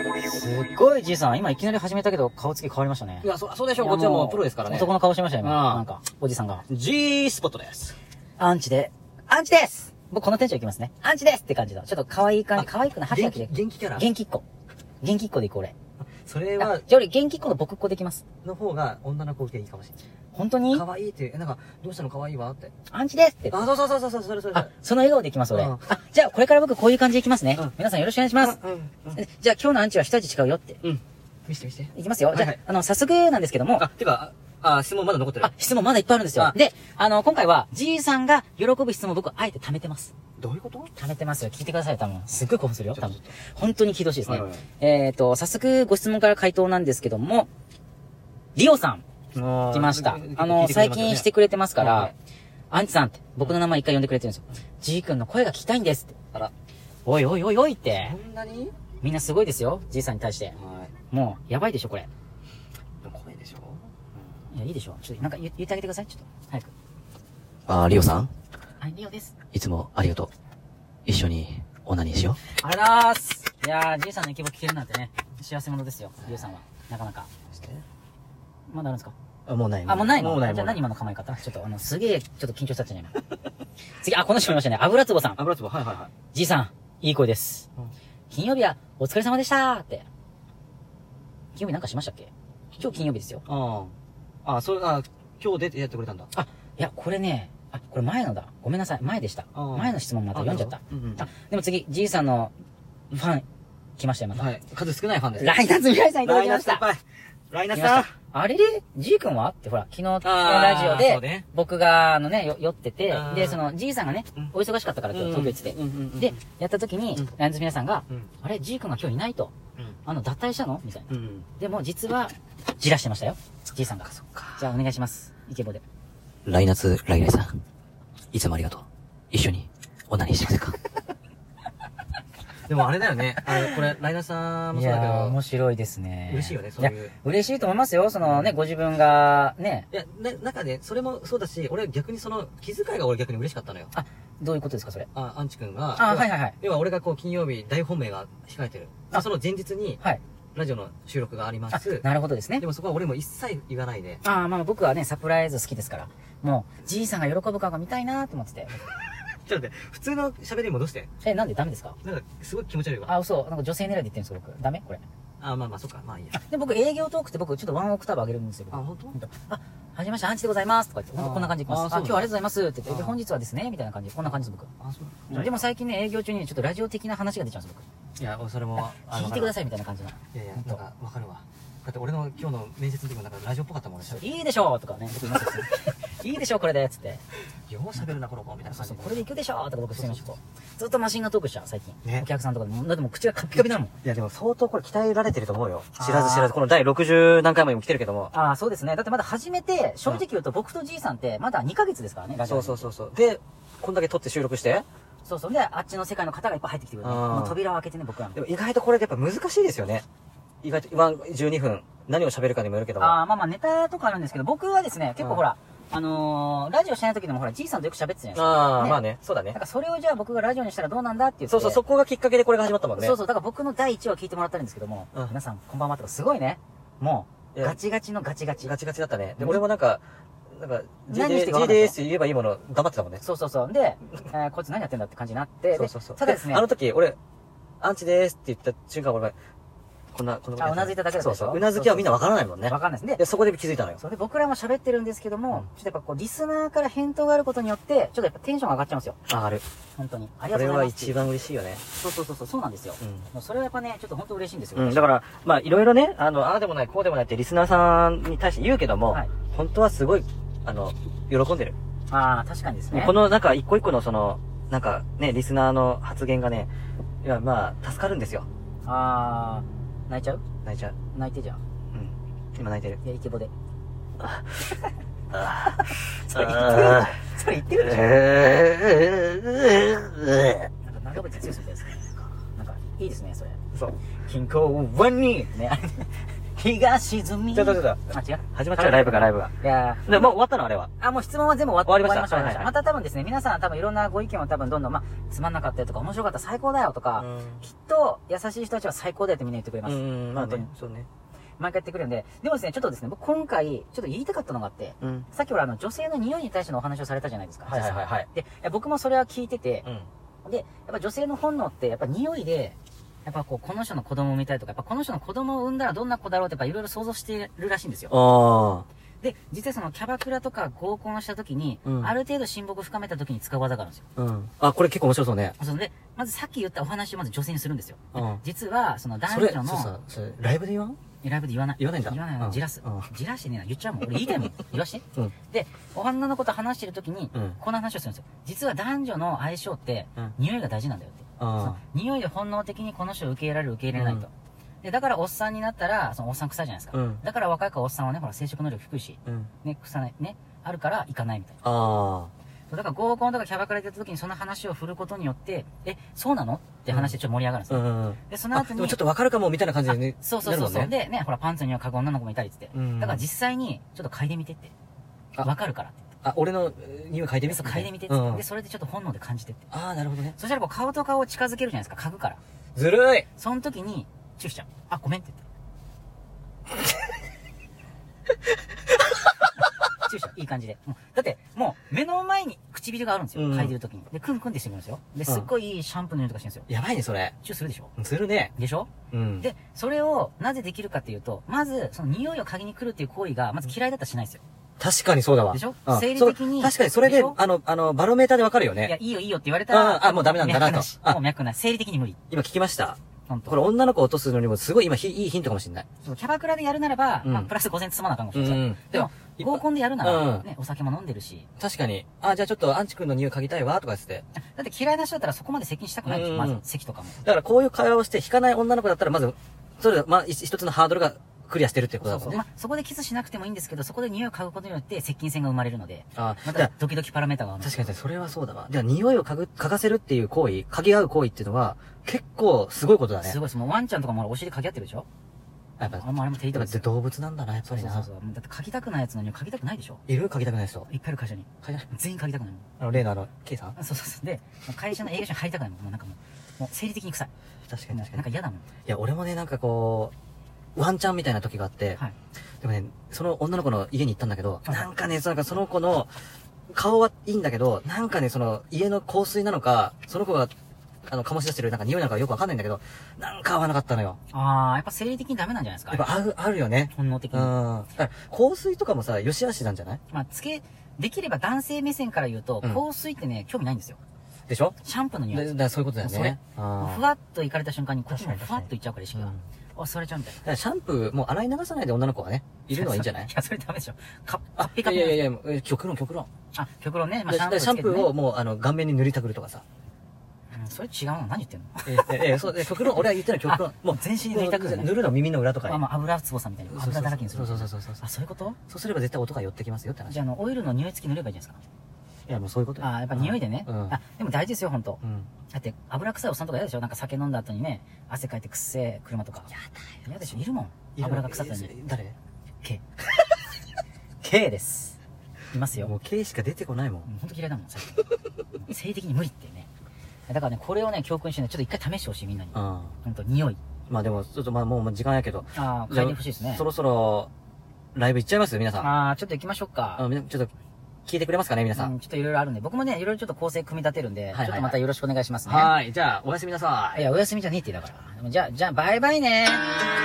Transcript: っごいじいさん、今いきなり始めたけど、顔つき変わりましたねい。や、そ、そうでしょう、こっちはもうプロですからね。男の顔してましたよ、今。うんなんか、おじさんが。 G スポットです。アンチで、アンチです僕この店長行きますね。アンチですって感じだ。ちょっと可愛い感じ、あ可愛くない、はしゃ元ぎで。気、元気キャラ元気っ子。元気っ子で行こう、俺。それあは、じゃあ俺元気っ子の僕っ子で行きます。の方が女の子受けいいかもしれない。本当に可愛いって、えなんか、どうしたの可愛いわって。アンチですって。あ、そうそうそうそう、そうそれそれ。あ、その笑顔で行きます、俺。うんあ、じゃあこれから僕こういう感じで行きますねうん。皆さんよろしくお願いします。うん、うん。えじゃあ今日のアンチは一味違うよって。うん。見して見して。行きますよ。じゃはあいはい、あの、早速なんですけども、あ、てか、あ、あ質問まだ残ってるあ。、質問まだいっぱいあるんですよあ。で、あの、今回は、じいさんが喜ぶ質問を僕、あえて貯めてます。どういうこと貯めてますよ。聞いてください、多分。すっごい興奮するよ、ちょ多っと分。本当に聞いてほしいですねはいはい。えっと、早速ご質問から回答なんですけども、リオさん、来来ました。あの、最近してくれてますかはいはらい、アンチさんって、僕の名前一回呼んでくれてるんですよ。じいくんの声が聞きたいんですって。あら、おいおいおいおいってそ。んなにみんなすごいですよ、じいさんに対して。はもう、やばいでしょ、これ。い。でも声でしょいや、いいでしょ。ちょっと、なんか言言ってあげてください、ちょっと。早く。あー、リオさんはい、リオです。いつもありがとう。一緒にオナニーしよう。あらーす。いやー、じいさんのイケボ聞けるなんてね、幸せ者ですよ、じいさんは。なかなか。してまだあるんですかあ、もうない。あ、もうないのもうない。じもゃあうない何今の構え方ちょっと、あの、すげえ、ちょっと緊張したっちゃね。今次、あ、この人もいましたね。油壺さん。油壺、はいはいはい。じいさん、いい声です。うん金曜日は、お疲れ様でしたーって。金曜日なんかしましたっけ今日金曜日ですよ。ああ。あ、それ、あ、今日出てやってくれたんだ。あ、いや、これね、あ、これ前のだ。ごめんなさい。前でした。うん前の質問また読んじゃった。うんうんあ、でも次、じいさんの、ファン、来ましたよ、また。はい。数少ないファンです。ライナスミライさんいただラきイまナしス先た。輩。ライナ来スまさしんた。あれれじいくんはって、ほら、昨日、このーラジオそうでね、僕が、あのね、よ酔っててあー、で、その、じいさんがねうん、お忙しかったから今日東京行っててう、んうんうんで、やった時にうん、ライナスミライさんが、うんあれ、じいくんが今日いないと。うんあの、脱退したのみたいな。うん。でも、実は、じらしてましたよ。じいさんが。じゃあ、お願いします。イケボで。ライナツ、ライライさん。いつもありがとう。一緒にオナニーしません かでもあれだよね。あの、これ、ライナスさんもそうだけど。白いですね嬉しいよねそういうや嬉しいと思いますよ。そのね、ご自分が、ね、いや、な、なんかね、それもそうだし、俺逆にその、気遣いが俺逆に嬉しかったのよ。あ、どういうことですか、それ。あ、アンチ君が。あはいはいはい。要は俺がこう、金曜日、大本命が控えてる。あその前日に、はい。ラジオの収録がありまあす。なるほどですねで。もそこは俺も一切言わないで。ああ、まあ僕はね、サプライズ好きですから。もう、じいさんが喜ぶ顔が見たいなーと思ってて。ちょっと待って、普通の喋りに戻して。え、なんでダメですかなんか、すごい気持ち悪いわ。あ、嘘。なんか女性狙いで言ってるんですよ、僕。ダメこれ。あ、まあまあ、そっか。まあいいや。で、僕営業トークって僕ちょっとワンオクターブ上げるんですよ。あ、僕本当？ほんとあ、はじめまして、アンチでございます。とか言って、ほんとこんな感じで行きます。ああーそうなんだ今日はありがとうございます。って言って、であー本日はですね、みたいな感じで、こんな感じです、僕。あ、そう。でも最近ね、営業中にちょっとラジオ的な話が出ちゃうんですよ、いや、それも、僕。聞いてくだささい、みたいな感じの。い。いやいや、ほんとなんか、わかるわ。だって俺の今日の面接の時もなんかラジオっぽかったもんね。喋いいでしょうとかね、僕言いますよ いいでしょうこれで、つって。りよう喋るな、この子、みたいなそう感そじう、これでいくでしょうとか僕してみましそうょう。ずっとマシンガントークしちゃう、最近。ねお客さんとかでも、だってもう口がカッピカピなのもん。いや、でも相当これ鍛えられてると思うよ。あー知らず知らず、この第60何回も今来てるけども。ああ、そうですね。だってまだ始めて、正直言うと僕とじいさんってまだ2ヶ月ですからね、ラジそオうに。そうそうそう。で、こんだけ撮って収録して。そうそう。で、あっちの世界の方がいっぱい入ってきてくれるね。あーもう扉を開けてね、僕らので。も意外とこれやっぱ難しいですよね。意外と、今、12分、何を喋るかにもよるけども。ああ、まあまあネタとかあるんですけど、僕はですね、結構ほら、あのー、ラジオしてない時でもほら、じいさんとよく喋ってたじゃないですか。あーねまあね、そうだねだか。らそれをじゃあ僕がラジオにしたらどうなんだって言って。そうそう、そこがきっかけでこれが始まったもんね。そうそう、だから僕の第1話聞いてもらったんですけども、うん皆さんこんばんはとかすごいね。もう、いやガチガチのガチガチ。ガチガチだったね。で、うん俺もなんか、なんか、何していいか分か GD- んない GDS って言えばいいもの、黙ってたもんね。そうそうそう。で、えーこいつ何やってんだって感じになって、でそうそうそう。ただですねあ、の時、俺、アンチでーすって言った瞬間、俺、こんな、こんなことやあうなってずいただけだったそでうしょそう。うなずきはみんなわからないもんねわ。かんないです。でで、、そこで気づいたのよ。それで僕らも喋ってるんですけども、ちょっとやっぱこう、リスナーから返答があることによって、ちょっとやっぱテンションが上がっちゃうんですよ。上がる。本当に。ありがとこれうござはいます。一番嬉しいよね。そうそうそうそう、そうなんですよ。うんもうそれはやっぱね、ちょっと本当嬉しいんですよ。うん、だから、まあ、いろいろね、あの、ああでもない、こうでもないってリスナーさんに対して言うけども、はい本当はすごい、あの、喜んでる。ああ、確かにですね。この、なんか、一個一個のその、なんか、ね、リスナーの発言がね、いや、まあ、助かるんですよ。ああ、泣いちゃう泣いちゃう。泣いてじゃん。うん。今泣いてる。いや、イケボで。それ言ってるそれ言ってるでしょえ なんか長渕剛みたいですね。なんか、いいですね、それ。そう。金庫ワンニーね、あれ 日が沈み。ちょっとちょっとあ、違う。始まっちゃう、ライブが、ライブが。いやーで、もう終わったのあれは。あ、もう質問は全部終わ終わりました終わりまはいはいまた多分ですね、皆さん多分いろんなご意見を多分どんどん、まあ、つまんなかったよとか、面白かった、最高だよとか、きっと優しい人たちは最高だよってみんな言ってくれます。うん、まあ本当にね、そうね。毎回やってくれるんで。でもですね、ちょっとですね、僕今回、ちょっと言いたかったのがあって、うん。さっきほら、あの、女性の匂いに対してのお話をされたじゃないですか。はいはいはいは実際いで、いや僕もそれは聞いてて、うん。で、やっぱ女性の本能って、やっぱ匂いで、やっぱこう、この人の子供を産みたいとか、やっぱこの人の子供を産んだらどんな子だろうって、やっぱいろいろ想像してるらしいんですよ。あで、実はそのキャバクラとか合コンをした時に、うんある程度親睦を深めた時に使う技があるんですよ。あ。うん。あ、これ結構面白そうね。そので、まずさっき言ったお話をまず女性にするんですよ。うん。実は、そのそ男れ、女そうのさ、それ、ライブで言わん選ぶで言わない。言わないんだ言わないの。うんじらすうん。じらしてねえな。言っちゃうもん。俺言いた いもん。言わして。うん。で、お花のこと話してる時にうん、こんな話をするんですよ。実は男女の相性ってうん、匂いが大事なんだよって。そのあ匂いで本能的にこの人を受け入れられる、受け入れられないと。で、だからおっさんになったら、そのおっさん臭いじゃないですか。うんだから若い子はおっさんはね、ほら生殖能力低いし、あ。うん。ね、臭い、ね、あるから行かないみたいな。あそうだから合コンとかキャバクラでやった時にその話を振ることによって、え、そうなのって話でちょっと盛り上がるんですあ。よ。ん。で、そのあ、後でに、もちょっとわかるかも、みたいな感じでね。そうそうそうそう、なるもんねで、ね、ほら、パンツには嗅ぐ女の子もいたりっつって、うんだから実際に、ちょっと嗅いでみてって。あわかるからって言って。あ、俺のえー匂い嗅いでみそう、嗅いでみてっつうって、んで、。それでちょっと本能で感じてって。ああ、なるほどね。そしたらこう、顔と顔を近づけるじゃないですか、嗅ぐから。ずるいその時に、チューしちゃう。あ、ごめんって言って。チューしちゃう。いい感じで。もうだって、もう、目の前に唇があるんですよ。うん嗅いでる時に。で、クンクンってしてくるんですよ。で、すっごいいいシャンプーの匂いとかしてるんですよ。やばいね、それ。チューするでしょずるね。でしょうん。で、それを、なぜできるかっていうと、まず、その匂いを嗅ぎに来るっていう行為が、まず嫌いだったらしないんですよ。確かにそうだわ。でしょうん生理的にそ確かにそれででしょ、あの、あの、バロメーターでわかるよいやね。、いいよいいよって言われたら、ああもうダメなんだなと脈しあもう脈ない。生理的に無理。今聞きました。ほんと。これ女の子を落とすのにもすごい今ひいいヒントかもしれない。そうキャバクラでやるならば、うんまあ、プラス午前つまなあかんかもしれない。うんでも、いっぱい合コンでやるなら、うんね、お酒も飲んでるし、確かに。あ、じゃあちょっとアンチ君の匂い嗅ぎたいわ、とか言ってて。だって嫌いな人だったらそこまで接近したくないでしょ、うんまず、席とかも。だからこういう会話をして引かない女の子だったら、まず、それ、まあ、一一つのハードルがクリアしてるってことそうそだもう。んね。まあ、そこでキスしなくてもいいんですけど、そこで匂いを嗅ぐことによって接近戦が生まれるので、あまじゃたドキドキパラメーターが上あがる。確かにそれはそうだわ。じゃあ匂いを嗅ぐ、嗅がせるっていう行為、嗅ぎ合う行為っていうのは、結構すごいことだね。すごいです。もうワンちゃんとかもほらお尻嗅ぎ合ってるでしょやっあぱ、れもあれも手痛やいっですぱよ。動物なんだな、やっぱそうりそうな。そうそう。だって嗅ぎたくないやつの匂い嗅ぎたくないでしょいる嗅ぎたくない人。いっぱいいる会社に。嗅ぎたく全員嗅ぎたくないもん。 あの、例のあの、K さんあそうそうそう。で、会社の営業所に入りたくないもん。もうなんかもう、もう生理的に臭い。確かに確かなにんか。嫌だもん。いや、俺もね、なんかこう、ワンチャンみたいな時があって、はい。でもね、その女の子の家に行ったんだけど、はいなんかね、そのその子の、顔はいいんだけど、なんかね、その、家の香水なのか、その子が、あの、醸し出してる、なんか匂いなのかよくわかんないんだけど、なんか合わなかったのよ。あー、やっぱ生理的にダメなんじゃないですやかっ。ぱ合う、合うよね。本能的うにん。。だから香水とかもさ、良し悪しなんじゃないまあ、つけ、できれば男性目線から言うと、うん香水ってね、興味ないんですよ。でしょシャンプーので匂い。だからそういうことだよそれね。うんもうふだかわっと行かれた瞬間に、こっちも確ふかわにっと行っちゃうから意識うがん。あ、それちゃうみたいな。らシャンプー、もう洗い流さないで女の子がね、いるのはいいんじゃないいや、それダメでしょ。カッカッピカいピ。やいやいや、え極論極論。あ、極論ね。まあ、だシかャンプらーシャンプーをを。もう、あの、顔面に塗りたくるとかさ。うんそれ違うの何言ってんのえーえーそう、えー極論、俺は言ってない極論。もう、全身に塗りたくるね塗るの耳の裏とかまあに。まあ、油壺さんみたいに油だらけにする。そうそうそうそうそうあ、そういうことそうすれば絶対音が寄ってきますよって話。じゃいあ、あの、オイルの匂い付き塗ればいいじゃないですや、もうそういうことよか。あー、やっぱ匂いでね。うんあ、でも大事ですよ、ほんとう。ん。だって、油臭いおっさんとか嫌でしょなんか酒飲んだ後にね、汗かいてくっせえ車とか。やだ嫌でしょいるもん。油が腐ったのに。誰 K。K です。いますよ。ももう、K しか出てこないもん。う本当嫌いだもん、最近。性的に無理ってね。だからね、これをね、教訓にしてね、ちょっと一回試してほしい、みんなにう。ん。ほんと、匂い。まあでも、ちょっとまあもうもう時間やけど。ああ、嗅いでほしいですね。そろそろ、ライブ行っちゃいます皆さん。ああ、ちょっと行きましょうか。あみんなちょっと、聞いてくれますかね皆さ。うんん、ちょっといろいろあるんで、僕もね、いろいろちょっと構成組み立てるんで、いはいはいちょっとまたよろしくお願いしますね。はーい。じゃあ、おやすみなさいい。。や、お休みじゃねえってだから。じゃあ、じゃあ、バイバイねー。